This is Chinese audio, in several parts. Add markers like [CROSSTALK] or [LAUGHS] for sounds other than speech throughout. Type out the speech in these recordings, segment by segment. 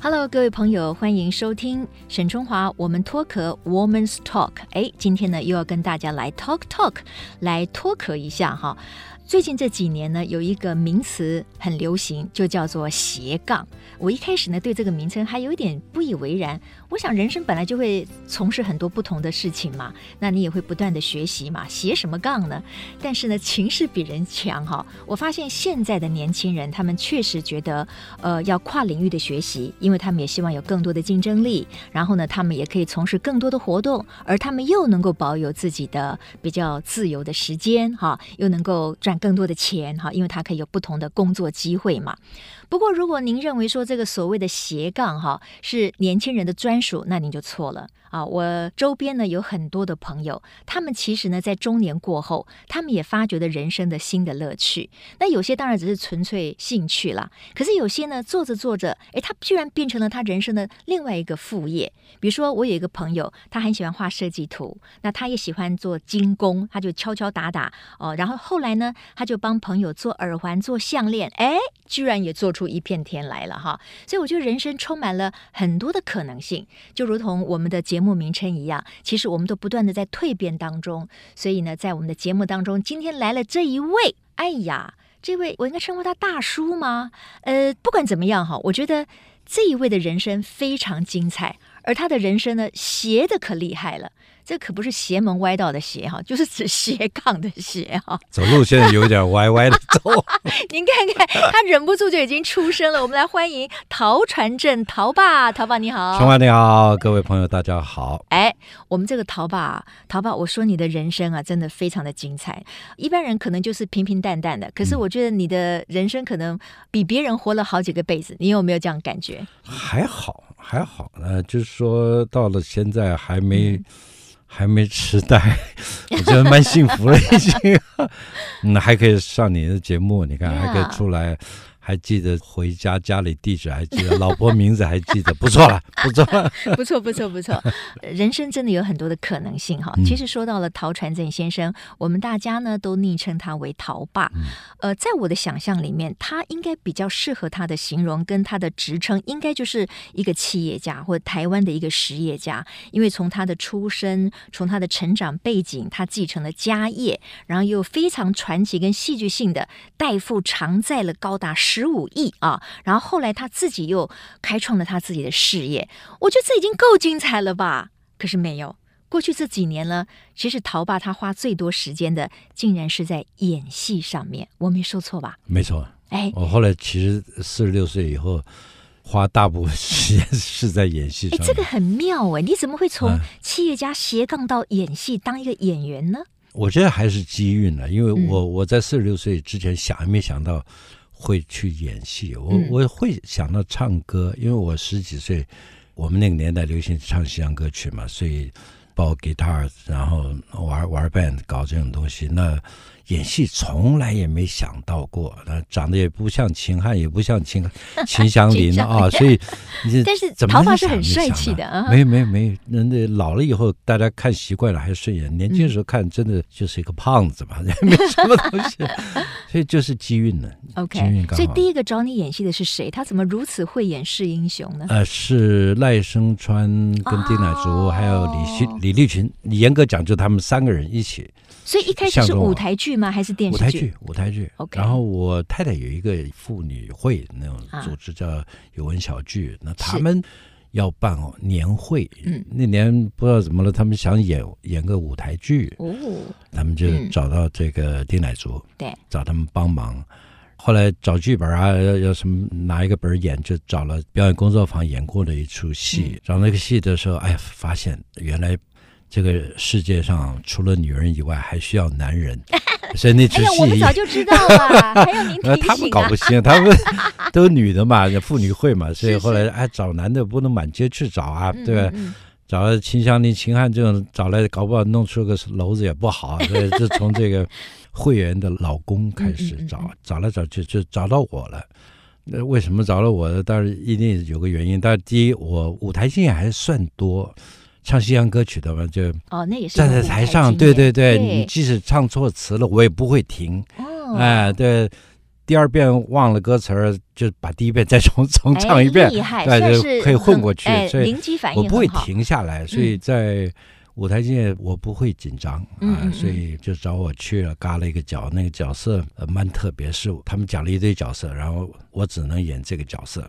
Hello，各位朋友，欢迎收听沈春华我们脱壳 Woman's Talk。哎，今天呢又要跟大家来 talk talk，来脱壳一下哈。最近这几年呢，有一个名词很流行，就叫做斜杠。我一开始呢对这个名称还有一点不以为然。我想人生本来就会从事很多不同的事情嘛，那你也会不断的学习嘛，斜什么杠呢？但是呢，情势比人强哈。我发现现在的年轻人，他们确实觉得呃要跨领域的学习，因为他们也希望有更多的竞争力，然后呢，他们也可以从事更多的活动，而他们又能够保有自己的比较自由的时间哈，又能够赚。更多的钱哈，因为他可以有不同的工作机会嘛。不过，如果您认为说这个所谓的斜杠哈是年轻人的专属，那您就错了啊。我周边呢有很多的朋友，他们其实呢在中年过后，他们也发掘了人生的新的乐趣。那有些当然只是纯粹兴趣啦，可是有些呢做着做着，诶，他居然变成了他人生的另外一个副业。比如说，我有一个朋友，他很喜欢画设计图，那他也喜欢做精工，他就敲敲打打哦、呃，然后后来呢？他就帮朋友做耳环、做项链，哎，居然也做出一片天来了哈！所以我觉得人生充满了很多的可能性，就如同我们的节目名称一样，其实我们都不断的在蜕变当中。所以呢，在我们的节目当中，今天来了这一位，哎呀，这位我应该称呼他大叔吗？呃，不管怎么样哈，我觉得这一位的人生非常精彩，而他的人生呢，斜的可厉害了。这可不是邪门歪道的邪哈，就是指斜杠的斜哈。走路现在有点歪歪的走。您看看，他忍不住就已经出声了。我们来欢迎陶传正陶爸，陶爸你好。春华你好，啊各位朋友大家好。哎，我们这个陶爸，陶爸，我说你的人生啊，真的非常的精彩。一般人可能就是平平淡淡的，可是我觉得你的人生可能比别人活了好几个辈子。你有没有这样感觉？还好，还好呢，就是说到了现在还没、嗯。还没痴呆， [LAUGHS] 我觉得蛮幸福了已经。 [LAUGHS] 嗯，还可以上你的节目，你看还可以出来，还记得回家家里地址还记得，老婆名字还记得，不错了， [LAUGHS] 不错了， [LAUGHS] 不错，不错，不错。人生真的有很多的可能性哈。其实说到了陶传正先生，嗯、我们大家呢都昵称他为陶爸。嗯、呃，在我的想象里面，他应该比较适合他的形容跟他的职称，应该就是一个企业家或台湾的一个实业家，因为从他的出身。从他的成长背景，他继承了家业，然后又非常传奇跟戏剧性的代父偿债了高达十五亿啊！然后后来他自己又开创了他自己的事业，我觉得这已经够精彩了吧？可是没有，过去这几年呢，其实陶爸他花最多时间的，竟然是在演戏上面，我没说错吧？没错，哎，我后来其实四十六岁以后。花大部分时间是啊在演戏上。哎，这个很妙哎！你怎么会从企业家斜杠到演戏，当一个演员呢？我觉得还是机遇呢，因为我、嗯、我在四十六岁之前想也没想到会去演戏，我、嗯、我会想到唱歌，因为我十几岁，我们那个年代流行唱西洋歌曲嘛，所以包 guitar，然后玩玩 band，搞这种东西。那演戏从来也没想到过，那长得也不像秦汉，也不像秦 [LAUGHS] 秦祥林啊，所以但是怎么发是很帅气的啊。没没没，那老了以后大家看习惯了还顺眼，年嗯轻时候看真的就是一个胖子嘛， [LAUGHS] 没什么东 [LAUGHS] 西，所以就是机运呢。 [LAUGHS] OK，所以第一个找你演戏的是谁？他怎么如此慧眼识英雄呢？呃，是赖声川跟丁乃竺还有李旭哦李立群，严格讲就他们三个人一起。所以一开始是舞台剧。吗？还是电视舞台剧？舞台剧。 OK。然后我太太有一个妇女会那种组织，叫有文小聚。啊、那他们要办哦年会，嗯，那年不知道怎么了，他们想演演个舞台剧，哦，他们就找到这个丁乃竺，对、嗯，找他们帮忙。后来找剧本啊，要要什么拿一个本演，就找了表演工作坊演过的一出戏。嗯、找那个戏的时候，哎，发现原来。这个世界上除了女人以外，还需要 [LAUGHS] 男人，所以那出戏、哎、呃我们早就知道 [LAUGHS] 了，还有您提醒、啊。哎他们搞不清，[LAUGHS] 他们都是女的嘛，妇女会嘛，所以后来哎找男的不能满街去找啊，对吧？嗯嗯找了秦香林、秦汉这种找来，搞不好弄出个篓子也不 [LAUGHS] 好，所以就从这个会员的老公开始找，嗯找来找去就找到我了。那为什么找到我？当然一定有个原因，但是第一，我舞台经验还算多。唱西洋歌曲的嘛，就哦，那也是站在台上，对对对，你即使唱错词了，我也不会停，哦，哎，对，第二遍忘了歌词儿，就把第一遍再重 [LAUGHS] 重唱一遍哎、厉，害，对算就是可以混很过去哎所以灵机反应我不会很好。停下来，所以在舞台界我不会紧张嗯啊嗯，嗯所以就找我去了，嘎了一个角，那个角色呃蛮特别，是他们讲了一堆角色，然后我只能演这个角色。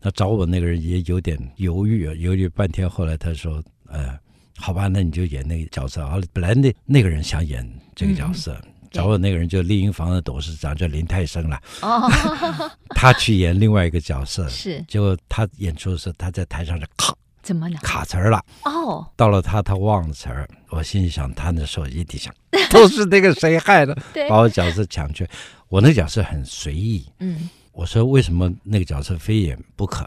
那找我那个人也有点犹豫，啊犹豫半天，后来他说，呃，好吧，那你就演那个角色。啊，本来那那个人想演这个角色。嗯找我那个人就丽英房的董事长，叫林泰生了，哦， [LAUGHS] 他去演另外一个角色，是结果他演出的时候，他在台上就咔怎么了？卡词儿了，哦，到了他，他忘了词儿。我心里想，他那时候一定想，都是那个谁害的，对把，我角色抢去。我那角色很随意，嗯，我说为什么那个角色非演不可？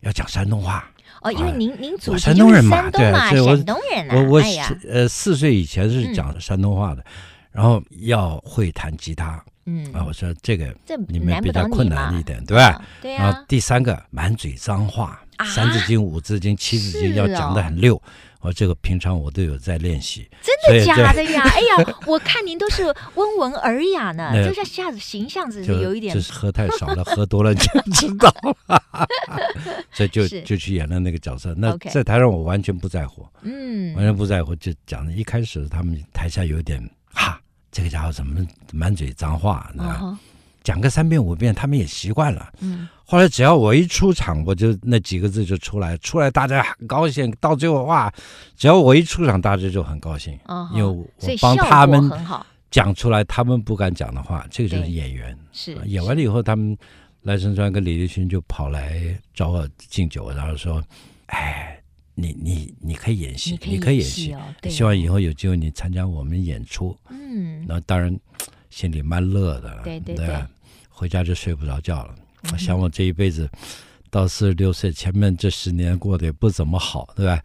要讲山东话。哦，因为啊您您祖我籍山就东是人嘛山东对嘛，所以我山东人啊，我我哎呀，嗯呃四岁以前是讲山东话的，然后要会弹吉他嗯，啊。我说这个这你难们不比较倒你困嘛难一点，对吧？啊对然后呀，第三个满嘴脏话，啊三字经、五字经、七字经是要哦讲的很溜。我这个平常我都有在练习。真的所以假这的 [LAUGHS] 呀？哎呀，我看您都是温文尔雅呢，那这下下子形象只是就有一点就是喝太少了，喝多了你就 [LAUGHS] 知道了，所以就是就去演了那个角色。那 OK 在台上我完全不在乎，完嗯，全不在乎，就讲的一开始他们台下有点哈，这个家伙怎么满嘴脏话哦呢？吼讲个三遍五遍，他们也习惯了。嗯，后来只要我一出场，我就那几个字就出来，出来大家很高兴。到最后哇，只要我一出场，大家就很高兴，哦因为吼我所以帮效他果们很好，讲出来他们不敢讲的话，这个就是对演员。是啊演完了以后，他们赖声川跟李立群就跑来找我敬酒，然后说：“哎，你你你可以演你戏，可你可以演戏戏，哦，对，希望以后有机会你参加我们演出。嗯”，然后当然心里蛮乐的，对对嗯吧回家就睡不着觉了。我想我这一辈子到四十六岁，前面这十年过得也不怎么好，对吧？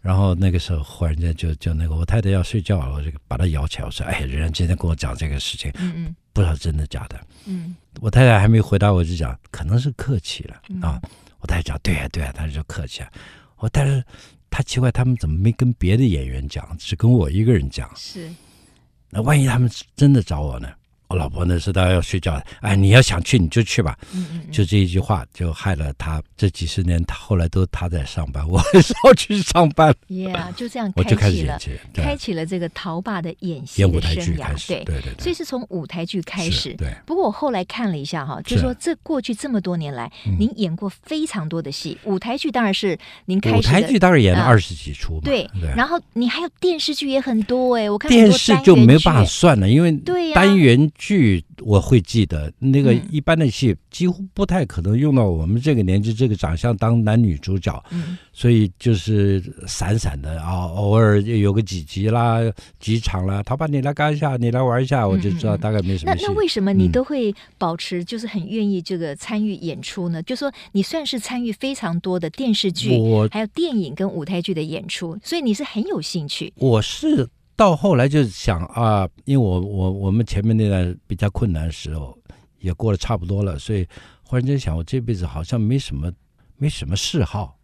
然后那个时候忽然间就就那个我太太要睡觉了，我就把她摇起来，我说：“哎，人家今天跟我讲这个事情，嗯不知道真的假的。”嗯嗯，我太太还没回答，我就讲可能是客气了啊。我太太讲对呀、对呀、她就客气、啊。我但是她奇怪，他们怎么没跟别的演员讲，只跟我一个人讲？是嗯那万一他们真的找我呢？我老婆那时候当然要睡觉了，哎，你要想去你就去吧。嗯嗯嗯，就这一句话，就害了她这几十年。她后来都她在上班，我很少去上班 [LAUGHS] 了， yeah，就这样我就开开始启了演。戏，开对，启了这个陶爸的演戏演的舞台生剧开涯，始，对，对对对，所以是从舞台剧开是始。对。不过我后来看了一下哈，就是说这过去这么多年来，嗯您演过非常多的戏，舞台剧当然是您开舞始的台剧当然演了嗯二十几出嘛，对，对。然后你还有电视剧也很多哎，我看很多电视单就元没剧办法算了，因为对呀单元剧我会记得，那个嗯一般的戏几乎不太可能用到我们这个年纪、这个长相当男女主角，嗯所以就是散散的啊，偶尔有个几集啦、几场啦，他把你来干一下，你来玩一下，我就知嗯道嗯嗯大概没什那么戏那。为什么你嗯都会保持就是很愿意这个参与演出呢？就说你算是参与非常多的电视剧，我还有电影跟舞台剧的演出，所以你是很有兴趣。我是到后来就想啊，因为我我我们前面那段比较困难的时候也过得差不多了，所以忽然间想，我这辈子好像没什么没什么嗜好，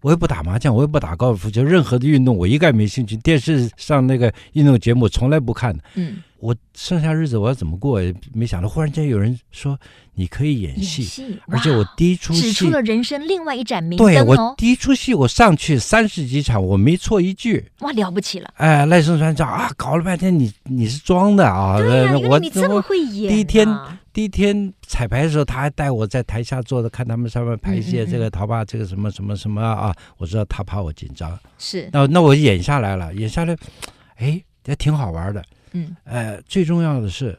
我也不打麻将，我也不打高尔夫球，任何的运动我一概没兴趣。电视上那个运动节目我从来不看的，嗯，我剩下日子我要怎么过？也没想到忽然间有人说你可以演演 [LAUGHS] 戏，戏，而且我哇第一出指出戏。了人生另外一盏明对灯我哦，第一出戏，我上去三十几场，我没错一句。哇，了不起了！哎，赖声川讲啊，搞了半天你你是装的啊！对哎呀、那原来我你这么我会演、啊。第一天第一天彩排的时候，他还带我在台下坐着看他们上面排嗯戏，嗯嗯这个陶爸这个什么什么什么啊，我知道他怕我紧张，是，那那我演下来了，演下来，哎，也挺好玩的。嗯呃，最重要的是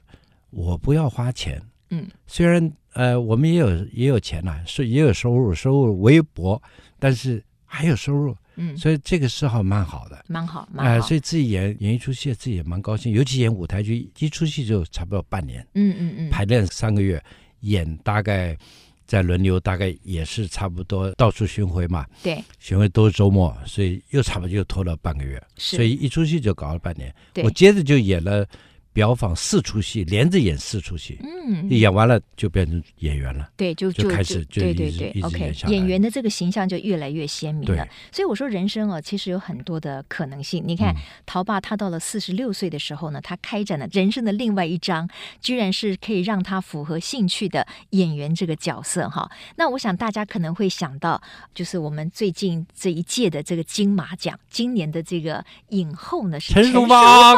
我不要花钱，嗯，虽然呃我们也有也有钱呐、是也有收入，收入微薄，但是还有收入，嗯，所以这个嗜好蛮好的。蛮好，蛮好。哎、所以自己演演一出戏，自己也蛮高兴。尤其演舞台剧，一出戏就差不多半年，嗯嗯嗯，排练三个月，演大概在轮流，大概也是差不多到处巡回嘛，对，巡回都是周末，所以又差不多又拖了半个月，是，所以一出戏就搞了半年。对我接着就演了。表坊四出戏，连着演四出戏，嗯，哎演完了就变成演员了。对，就就开始就对一对直对一直，OK，演下来演员的这个形象就越来越鲜明了对。所以我说人生哦，其实有很多的可能性。你嗯看，陶爸他到了四十六岁的时候呢，他开展了人生的另外一章，居然是可以让他符合兴趣的演员这个角色哈。那我想大家可能会想到，就是我们最近这一届的这个金马奖，今年的这个影后呢是陈淑淑芳，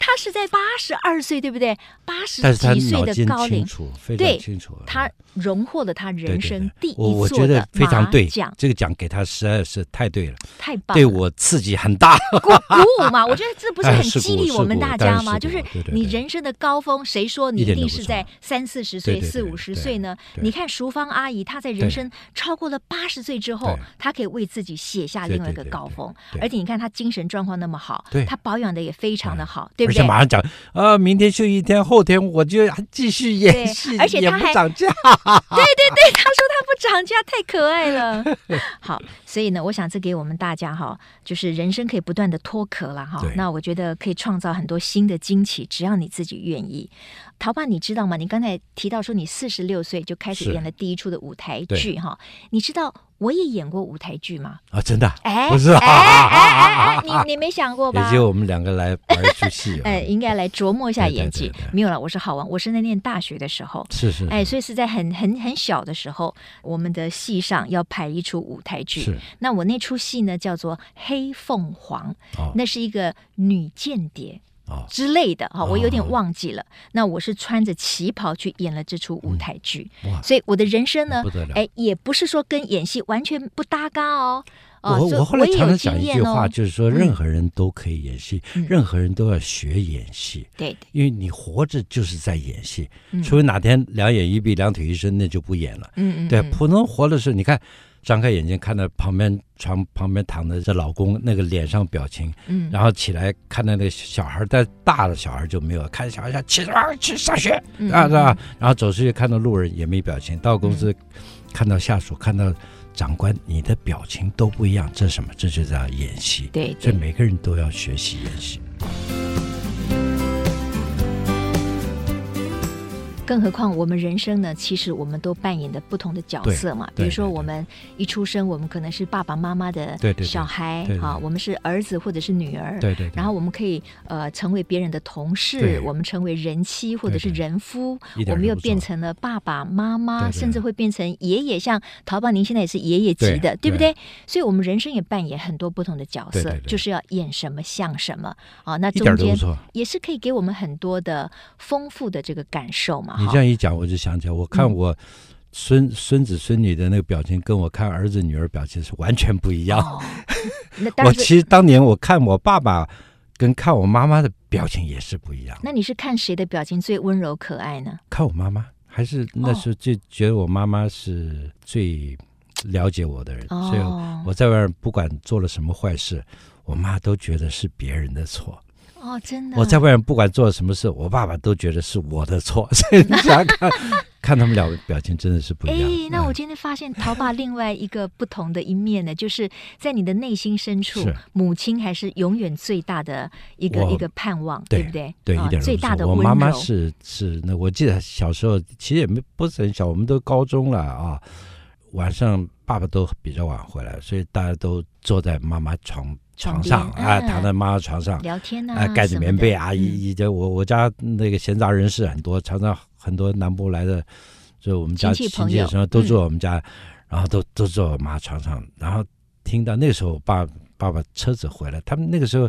她是在八十二岁，对不对？八十但是他几岁脑的筋高龄清，楚，非对常清楚。嗯他荣获了他对人对生对第一我我座觉得的非常马对奖，，这个奖给他实在是太对了，太棒对了！我刺激很大。鼓鼓舞嘛，我觉得这不是哎很是激鼓励是我们鼓大当然家是吗？鼓就是对对你对人生的高峰，谁说你一点定都不是错在三四十对岁、对四对五十对岁呢？对你看淑芳阿姨，她在人对生超过了八十岁之后对，她可以为自己写下对另外一对个对高对峰，对而且你看她精神状况那么好对，哎她保养的也非常的好，对而不且对？马上讲啊，明天休一天，后天我就继续对演戏，而且也他不还涨价。他说他不涨价，太可爱 [LAUGHS] 了。好，所以呢，我想这给我们大家哈，就是人生可以不断的脱壳了哈对。那我觉得可以创造很多新的惊奇，只要你自己愿意。陶爸，你知道吗？你刚才提到说你四十六岁就开始是演了第一出的舞台对剧哈，你知道我也演过舞台剧吗？啊，真的啊，哎，不是啊哎哎 [LAUGHS] 哎哎，你你没想过吧也？就我们两个来玩一出戏啊。哎，应该来琢磨一下对对演对技对。没有了，我是好玩，我是在念大学的时候，是是哎，是所以是在很很很小的时候，我们的戏上要排一出舞台剧是。那我那出戏呢，叫做《黑凤凰》，哦那是一个女间谍哦之类的哈，我有点哦忘记了。那我是穿着旗袍去演了这出舞台剧，嗯哇所以我的人生呢不得，了哎，也不是说跟演戏完全不搭嘎哦。哦，我所以我后来也常有常讲经一验句话，哦，就是说任何人都可以演戏，嗯任何人都要学演戏，对，因为你活着就是在演戏嗯，除非哪天两眼一闭、两腿一伸，那就不演了。嗯嗯，对，嗯普通活的时候，你看张开眼睛看到旁边床旁边躺着这老公那个脸上表情，嗯，然后起来看到那个小孩，但大的小孩就没有，看小孩想起床去上学嗯啊，是吧嗯？然后走出去看到路人也没表情，到公司看到下属、看到长官，你的表情都不一样，这是什么？这就叫演戏。对所对以。每个人都要学习演戏。更何况我们人生呢，其实我们都扮演的不同的角色嘛。比对如说对对我们一出生，我们可能是爸爸妈妈的对对对小孩对对啊，对我们是儿子或者是女儿。对对对。然后我们可以呃成为别人的同事对，我们成为人妻或者是对对人夫，一点我们都又不错变成了爸爸妈妈，对对甚至会变成爷爷。像陶爸，您现在也是爷爷级的，对不对？所以我们人生也扮演很多不同的角色，对对对就是要演什么像什么啊。那一点中儿都不间错也是可以给我们很多的丰富的这个感受嘛。你哈这样一讲，我就想起来，我嗯看我孙、孙子孙女的那个表情，跟我看儿子女儿表情是完全不一样。 [LAUGHS] 哦，那当我然是。其实当年我看我爸爸跟看我妈妈的表情也是不一样。那你是看谁的表情最温柔可爱呢？看我妈妈，还哦是那时候就觉得我妈妈是最了解我的人，所以哦我在外面不管做了什么坏事，我妈都觉得是别人的错。哦，真的，我在外面不管做了什么事，我爸爸都觉得是我的错。 [LAUGHS] 所以你想想 [LAUGHS] 看，看他们俩表情真的是不一样。哎，那我嗯今天发现陶爸另外一个不同的一面呢， [LAUGHS] 就是在你的内心深处是，母亲还是永远最大的一个我一个盼望，对不对？对，啊一点都最不大的错。我温柔。妈妈是是那，我记得小时候其实也没不是很小，我们都高中了啊。晚上爸爸都比较晚回来，所以大家都坐在妈妈床床床上边啊，嗯躺在妈妈床上聊天呐、啊，盖着棉被啊，什么的嗯一一的我我家那个闲杂人士很多，常常很多南部来的，就我们家亲亲戚朋戚友嗯的时候都坐我们家，然后都都坐我妈床上，然后听到那个时候我爸爸爸车子回来，他们那个时候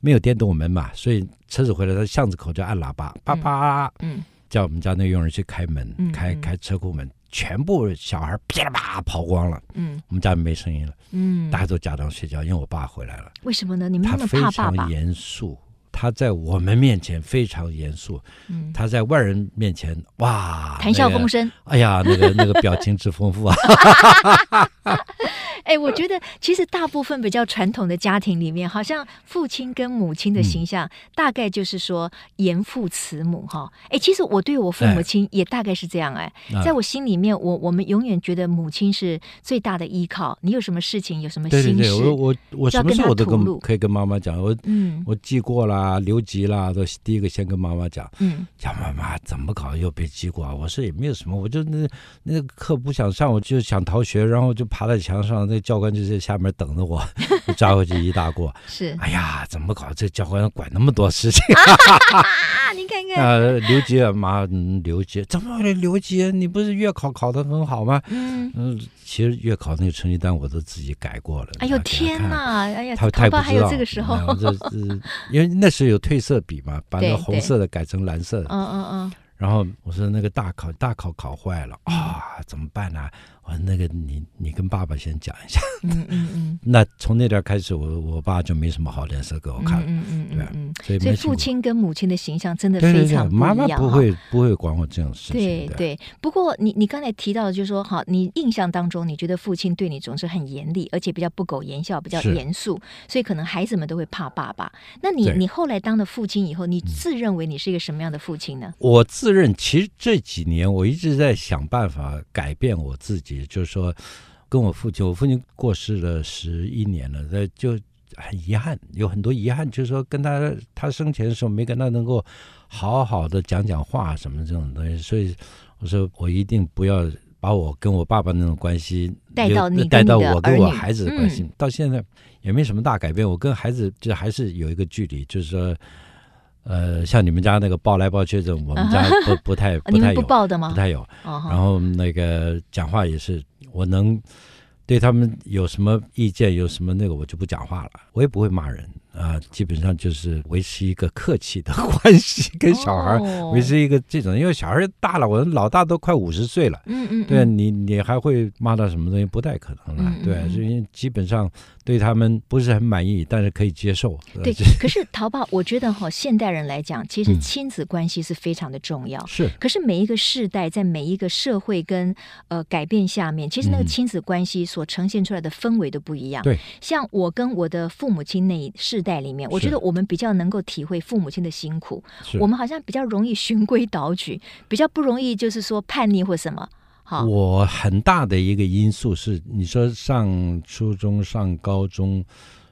没有电动门嘛，所以车子回来，他巷子口就按喇叭，叭叭，嗯，啊叫我们家那佣人去开门，嗯开嗯开车库门，全部小孩噼里啪啦跑光了，嗯我们家没声音了，嗯大家都假装睡觉，因为我爸回来了。为什么呢？你们他嗯那么非怕爸爸常？严肃，他在我们面前非常严肃，嗯，他在外人面前哇，谈笑风生。生。哎呀，那个那个表情之丰富啊！哎，我觉得其实大部分比较传统的家庭里面，好像父亲跟母亲嗯的形象，大概就是说严父慈母哈。哎，其实我对我父母亲也大概是这样哎，哎啊在我心里面，我我们永远觉得母亲是最大的依靠。你有什么事情，有什么 [LAUGHS] 对对心对，我事，我我就要什么跟时他候我都吐露跟可以跟妈妈讲，我嗯我记过啦，留级啦，都第一个先跟妈妈讲，嗯讲妈妈怎么搞又被记过啊？我说也没有什么，我就那那个课不想上，我就想逃学，然后就爬在墙上，那教官就在下面等着我， [LAUGHS] 就抓回去一大过。是哎呀，怎么搞？这教官管那么多事情啊，你 [LAUGHS] 看看，啊？留级啊妈，嗯留级怎么会留级？你不是月考考得很好吗？嗯，嗯，其实月考那个成绩单我都自己改过了。哎呦拿给他天看！哪，哎呀，他爸他也不爸还知有道，这个时候哎，呀这这，因为那时候有褪色笔嘛，把那对个对红色的改成蓝色的嗯。嗯嗯，然后我说那个大考大考考坏了啊，怎么办呢、我说那个你你跟爸爸先讲一下。 [LAUGHS] [LAUGHS] 嗯嗯嗯，那从那点开始，我我爸就没什么好脸色给我看了，嗯嗯嗯嗯嗯。所以所以没父什么亲跟母亲的形象真的对非对对，常妈妈一样不哈会不会管我这种事情对的。对，不过你你刚才提到的就是说，哈，你印象当中，你觉得父亲对你总是很严厉，而且比较不苟言笑，比较是严肃，所以可能孩子们都会怕爸爸。那你对嗯你后来当了父亲以后，你自认为你是一个什么样的父亲呢？我自认，其实这几年我一直在想办法改变我自己，就是说，跟我父亲，我父亲过世了十一年了，在就很遗憾，有很多遗憾，就是说跟他他生前的时候没跟他能够好好的讲讲话什么这种东西，所以我说我一定不要把我跟我爸爸那种关系带到你跟留带到你的我跟儿我女孩子的嗯关系，到现在也没什么大改变，我跟孩子就还是有一个距离，就是说。呃，像你们家那个抱来抱去这种，我们家不不太啊不你太们不有，抱的不吗？太有。哦然哈，后那个讲话也是，我能对他们有什么意见，有什么那个我就不讲话了，我也不会骂人啊、基本上就是维持一个客气的 [LAUGHS] 关系，跟小孩儿哦维持一个这种，因为小孩儿大了，我老大都快五十岁了。嗯嗯，对啊嗯你，你还会骂到什么东西？不太可能了嗯。嗯对，嗯所以基本上对他们不是很满意，但是可以接受。呃对这。可是陶爸，我觉得哈，现代人来讲，其实嗯亲子关系是非常的重要。是可是每一个世代，在每一个社会跟呃改变下面，其实那个嗯亲子关系所呈现出来的氛围都不一样。对，像我跟我的父母亲那一世代里面，我是觉得我们比较能够体会父母亲的辛苦，是我们好像比较容易循规蹈矩，比较不容易就是说叛逆或什么。好，我很大的一个因素是，你说上初中、上高中，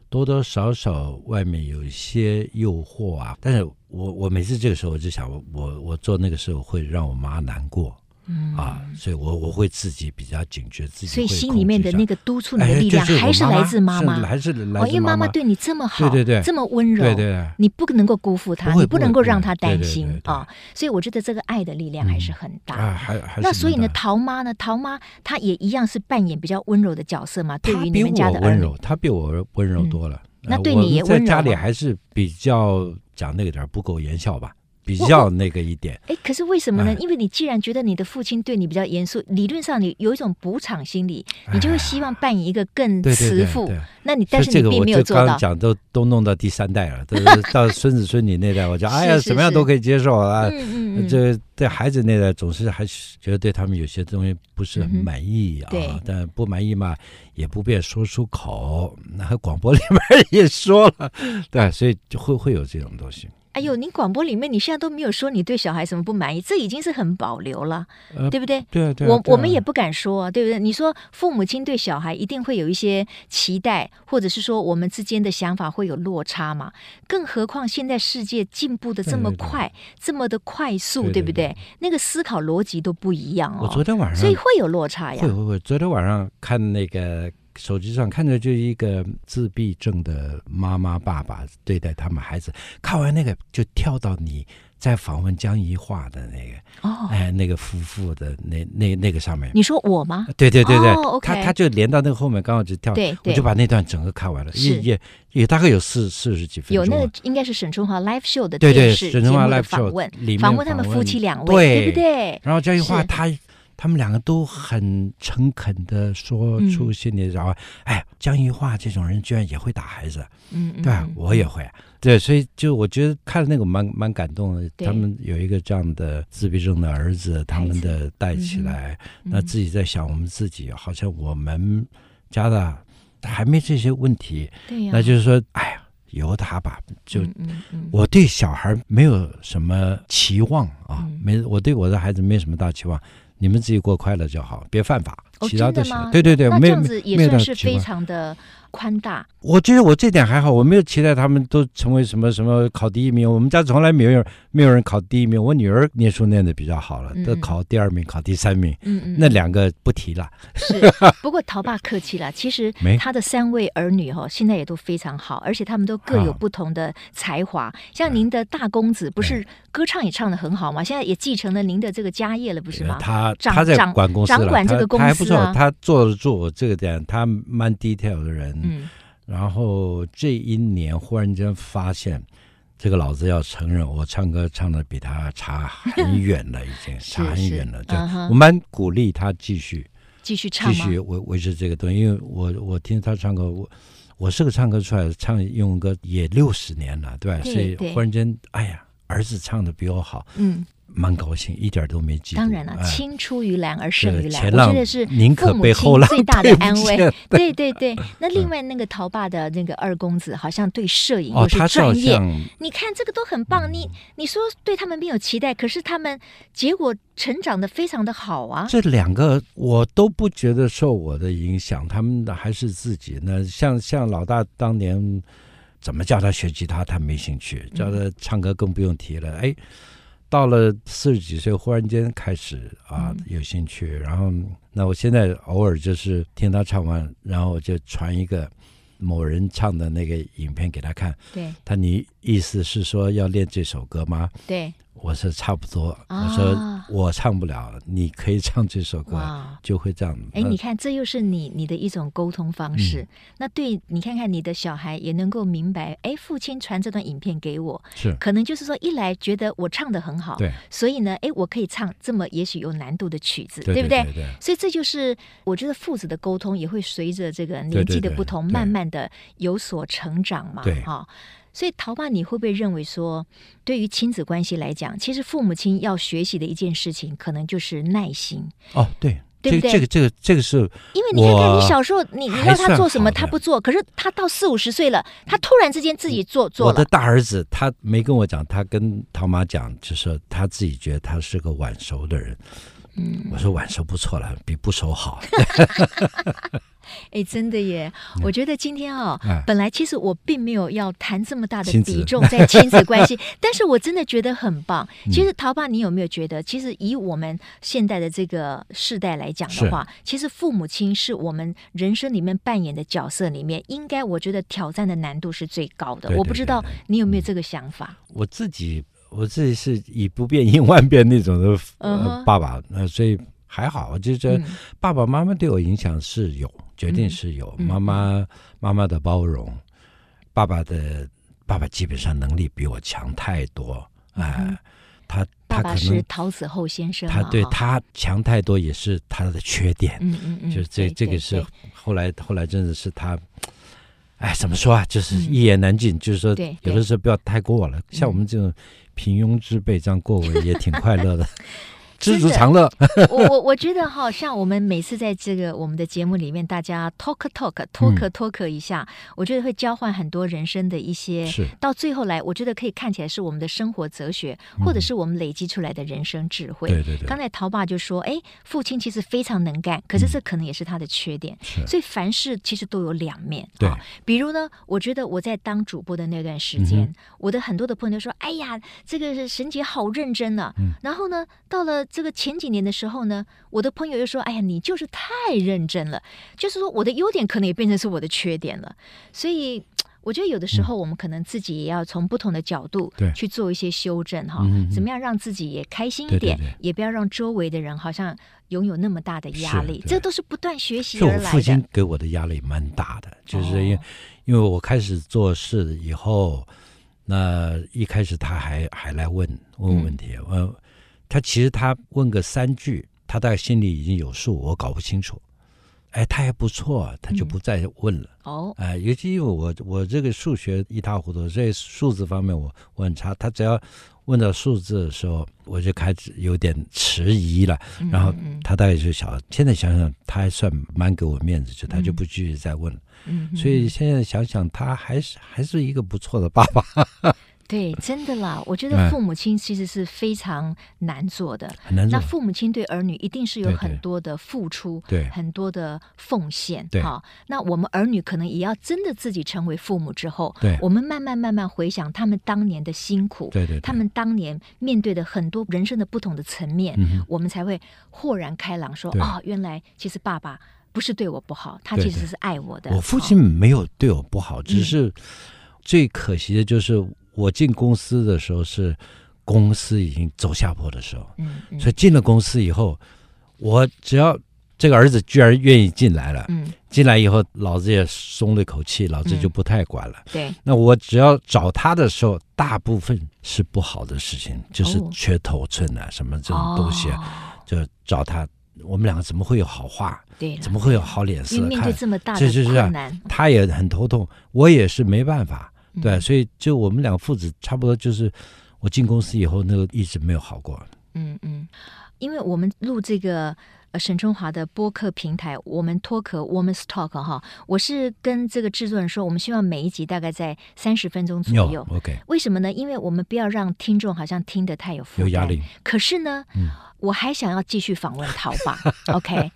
多多少少外面有一些诱惑啊。但是我我每次这个时候我就想，我我我做那个时候会让我妈难过嗯，啊，所以我我会自己比较警觉，自己所以会心控里面制的一下那个督促你的哎力量，就是我还是妈来自妈是妈。还是来哦，因为自妈妈妈对你这么好，对对对这么温柔，对对对。你不能够辜负他，不会你不能不够会让不会他担对对心对对啊、所以我觉得这个爱的力量还是很大。啊，还还是那所以呢，蛮大桃妈呢，桃妈她也一样是扮演比较温柔的角色嘛，对他于比你们家我的儿温女柔，他比我温柔嗯多了。那呃对我你也在温柔家里吗还是比较讲那个点儿不苟言笑吧，比我较那个一点。哎，可是为什么呢哎？因为你既然觉得你的父亲对你比较严肃，理论上你有一种补偿心理，你就会希望扮演一个更对对慈对父。对，那你所但以是这你个并我没有就做刚到刚。讲都都弄到第三 [LAUGHS] 代了，都是到孙子孙女那代，我就哎呀是是怎么样都可以接受啊。嗯嗯嗯，这对孩子那代总是还是觉得对他们有些东西不是很嗯哼满意啊，对但不满意嘛也不便说出口，那广播里面也说了，对，所以就会会有这种东西。哎呦，您广播里面你现在都没有说你对小孩什么不满意，这已经是很保留了，呃对不对？对啊，对啊，我对啊我们也不敢说啊，对不对？你说父母亲对小孩一定会有一些期待，或者是说我们之间的想法会有落差嘛？更何况现在世界进步的这么对对对快，这么的快速，对对不对？那个思考逻辑都不一样我昨哦，天晚上所以会有落差呀会。会会，昨天晚上看那个手机上看着就一个自闭症的妈妈爸爸对待他们孩子，看完那个就跳到你在访问江宜桦的那个哦，哎那个夫妇的那那那个上面。你说我吗？ [LAUGHS] 对对对对，哦，OK 他他就连到那个后面，刚好就跳，对我对就把那段整个看完了，也是也也大概有四四十几分有钟那了。个应该是沈春华 live show 的对对电视节沈春华目的 live 访 show 问里，面访问他们访夫问妻两位，对对不对？然后这句话是他他们两个都很诚恳的说嗯出心里的想法。哎，江一桦这种人居然也会打孩子，嗯嗯，对吧、嗯我也会。啊对，所以就我觉得看了那个蛮蛮感动的。对他们有一个这样的自闭症的儿子，他们的带起来，嗯那自己在想我们自己，好像我们加拿大还没这些问题，对呀，那就是说，哎呀，由他吧。就嗯嗯嗯我对小孩没有什么期望啊，嗯没我对我的孩子没什么大期望，你们自己过快乐就好，别犯法，哦其他真的是吗对对对，那这没有样子没也没有大算是期非望。常的宽大，我觉得我这点还好，我没有期待他们都成为什么什么考第一名。我们家从来没有人没有人考第一名，我女儿念书念的比较好了嗯，都嗯考第二名、考第三名，嗯嗯，那两个不提了。是，不过陶爸客气了。其实没他的三位儿女哈、哦，现在也都非常好，而且他们都各有啊嗯不同的才华。像您的大公子，不是歌唱也唱得很好吗？现在也继承了您的这个家业了，不是吗？呃他掌他在掌管公司了，掌管这个他公他还司不错，啊他做得住我这个点，他蛮 detail 的人。嗯，然后这一年忽然间发现，这个老子要承认，我唱歌唱的比他差很远了，已 [LAUGHS] 经是差很是远了。对，嗯哼我蛮鼓励他继续继续唱继吗？续维维持这个东西，因为我我听他唱歌，我我是个唱歌出来的，唱英文歌也六十年了，对吧？对所以对忽然间，哎呀，儿子唱的比我好，嗯，蛮高兴，一点都没嫉妒。当然了，哎青出于蓝而胜这于蓝，前我觉浪得是宁可父母被亲后浪最大的推不安慰 [LAUGHS] 见。对对 [LAUGHS] 对。那另外那个陶爸的那个二公子，好像对摄影哦，或是他照专业，啊相你看这个都很棒，你你说对他们没有期待，可是他们结果成长的非常的好啊。这两个我都不觉得受我的影响，他们还是自己呢。像像老大当年怎么叫他学吉他，他没兴趣；叫嗯他唱歌更不用提了。哎，到了四十几岁，忽然间开始啊、嗯有兴趣。然后那我现在偶尔就是听他唱完，然后我就传一个某人唱的那个影片给他看。对他你意思是说要练这首歌吗？对，我说差不多，啊我说我唱不了，你可以唱这首歌，哇。就会这样。哎，那你看，这又是你你的一种沟通方嗯式。那对你看看你的小孩也能够明白，哎，父亲传这段影片给我，是可能就是说，一来觉得我唱的很好，对，所以呢，哎，我可以唱这么也许有难度的曲子，对不对对？对对所以这就是我觉得父子的沟通也会随着这个年纪的不同，对对对慢慢的有所成长嘛，对哈、所以陶爸，你会不会认为说，对于亲子关系来讲，其实父母亲要学习的一件事情，可能就是耐心，哦，对，对不这对这个这个这个是因为你看看我你小时候，你你还要他算做什么好的嗯他不做，可是他到四五十岁了，他突然之间自己做做我的了，大儿子，他没跟我讲，他跟陶妈讲，就是他自己觉得他是个晚熟的人。嗯，我说晚熟不错了，比不熟好。哎，真的耶！我觉得今天哦，嗯哎本来其实我并没有要谈这么大的亲子嗯比重在亲子关 [LAUGHS] 系，但是我真的觉得很棒。其实陶爸，你有没有觉得，其实以我们现代的这个世代来讲的话，其实父母亲是我们人生里面扮演的角色里面，应该我觉得挑战的难度是最高的。对我对不知对道对嗯你有没有这个想法？我自己我自己是以不变应万变那种的、呃嗯哼爸爸，那、所以还好，我就觉得嗯爸爸妈妈对我影响是有，决定是有，嗯妈妈妈妈的包容，爸爸的爸爸基本上能力比我强太多，哎、他嗯爸他爸可是能陶子厚先生嘛，他对哈，他强太多也是他的缺点，嗯嗯嗯，就是这对这对个是对后来后来真的是他，哎，怎么说啊？就是嗯一言难尽，就是说对有对嗯的时候不要太过了。像我们这种平庸之辈，这样过我也挺快乐 [LAUGHS] 的，知真足的常乐。我我我觉得哈，像我们每次在这个我们的节目里面，大家 talk talk 嗯 talk talk 一下，我觉得会交换很多人生的一些，是到最后来，我觉得可以看起来是我们的生活哲学，或者是我们累积出来的人生智慧。嗯对对对刚，才陶爸就说，哎，父亲其实非常能干，可是这可能也是他的缺点。嗯是所以凡事其实都有两面。对啊比如呢，我觉得我在当主播的那段嗯时间，我的很多的朋友都说：“哎呀，这个沈姐好认真啊。嗯然后呢，到了这个前几年的时候呢，我的朋友又说：“哎呀，你就是太认真了。”就是说，我的优点可能也变成是我的缺点了。所以。我觉得有的时候我们可能自己也要从不同的角度嗯对去做一些修正哈，嗯嗯嗯怎么样让自己也开心一对对点，对也不要让周围的人好像拥有那么大的压是力，对这都是不断学习是我而来父的。亲给我的压力蛮大的，就是因为、哦因为我开始做事以后，那一开始他还还来问嗯问问题，呃，他其实他问个三句，他大概心里已经有数，我搞不清楚。哎，他还不错，他嗯就不再问了。哦，哎，尤其因为我我这个数学一塌糊涂，所以数字方面我我很差。他只要问到数字的时候，我就开始有点迟疑了。嗯然后嗯他大概就想，现在想想他还算蛮给我面子，就他就不继续再问了。嗯，嗯所以现在想想，他还是还是一个不错的爸爸，对，真的啦，我觉哎得父母亲其实是非常难做的。很难那做。父母亲对儿女一定是有对对很多的付出，对很多的奉献，对好，那我们儿女可能也要真的自己成为父母之后，对我们慢慢慢慢回想他们当年的辛苦，对对对他们当年面对的很多人生的不同的层面，嗯哼我们才会豁然开朗说，对哦，原来其实爸爸不是对我不好，他对其对实是爱我的。我父好亲没有对我不好，嗯只是最可惜的就是我进公司的时候是公司已经走下坡的时候，嗯嗯所以进了公司以后，我只要这个儿子居然愿意进来了，嗯，进来以后老子也松了一口气，老子就嗯不太管了。对，那我只要找他的时候，大部分是不好的事情，就是哦缺头寸啊，什么这种东西啊，哦、就找他。我们两个怎么会有好话？对了怎么会有好脸因色为？面看对这么大这就的是啊困难，他也很头痛，我也是没办法，嗯对，所以就我们两个父子差不多就是，我进公司以后那个一直没有好过，嗯嗯，因为我们录这个。呃沈春华的播客平台，我们脱壳 Woman's Talk 哈，我是跟这个制作人说，我们希望每一集大概在三十分钟左有右。 OK 为什么呢？因为我们不要让听众好像听得太有负担有压力，可是呢，嗯我还想要继续访问陶 [LAUGHS] 爸，OK？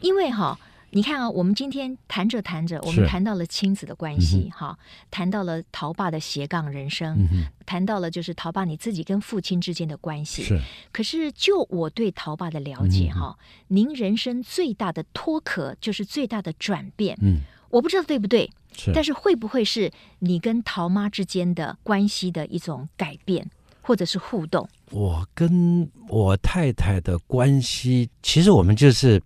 因为哈、你看啊，我们今天谈着谈着，我们是谈到了亲子的关系，哈、谈到了陶爸的斜杠人生，嗯哼，谈到了就是陶爸你自己跟父亲之间的关系。是嗯可是就我对陶爸的了解哈、您人生最大的脱壳就是最大的转变，嗯我不知道对不对，是，但是会不会是你跟陶妈之间的关系的一种改变，或者是互动？我跟我太太的关系，其实我们就是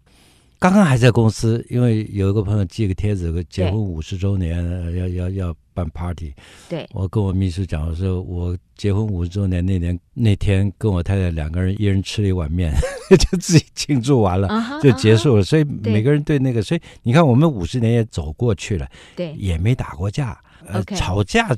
刚刚还在公司，因为有一个朋友寄个帖子，有个结婚五十周年呃要要要办 party，对，我跟我秘书讲，我说我结婚五十周年那年那天跟我太太两个人一人吃了一碗面， [LAUGHS] 就自己庆祝完了。啊哈就呃结。啊哈束了，所以每个人对那个，所以你看，我们五十年也走过去了，对，也没打过架，呃 OK 吵架。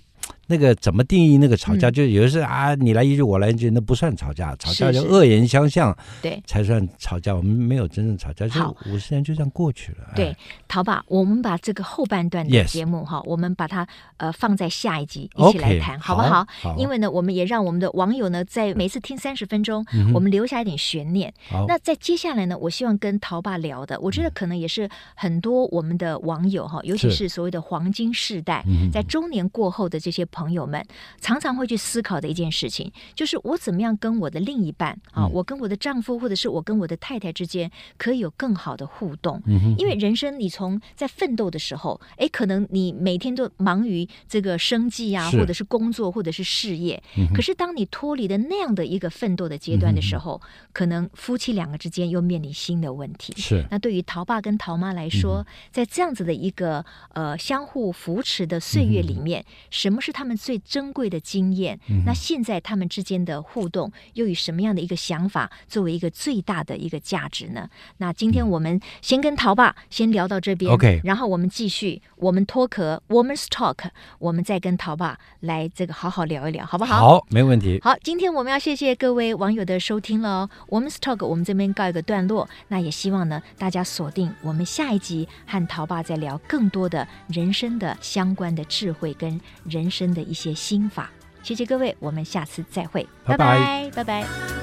那个怎么定义那个吵架？嗯就有的是啊，你来一句我来一句，那不算吵架，吵架是就恶言相向，对才算吵架。我们没有真正吵架，就好五十年就这样过去了。哎对，陶爸，我们把这个后半段的 Yes 节目哈我们把它呃放在下一集一起来，OK，谈好好不好？好，因为呢，我们也让我们的网友呢，在每次听三十分钟，嗯哼我们留下一点悬念。好那在接下来呢，我希望跟陶爸聊的，我觉得可能也是很多我们的网友哈，尤其嗯是是所谓的黄金世代嗯，哼在中年过后的这些朋友们，常常会去思考的一件事情，就是我怎么样跟我的另一半啊，嗯我跟我的丈夫或者是我跟我的太太之间，可以有更好的互动。嗯哼，因为人生，你从在奋斗的时候，哎，可能你每天都忙于这个生计啊，是或者是工作，或者是事业。可是当你脱离了那样的一个奋斗的阶段的时候，可能夫妻两个之间又面临新的问题。是那对于陶爸跟陶妈来说，在这样子的一个呃相互扶持的岁月里面，什么是他们最珍贵的经验？那现在他们之间的互动又以什么样的一个想法作为一个最大的一个价值呢？那今天我们先跟陶爸先聊到这边 OK 然后我们继续我们脱壳 Woman's Talk，我们再跟陶爸来这个好好聊一聊，好不好？好，没问题。好，今天我们要谢谢各位网友的收听了哦。我们 Talk 我们这边告一个段落，那也希望呢大家锁定我们下一集和陶爸再聊更多的人生的相关的智慧跟人生的一些心法。谢谢各位，我们下次再会，拜拜拜。拜拜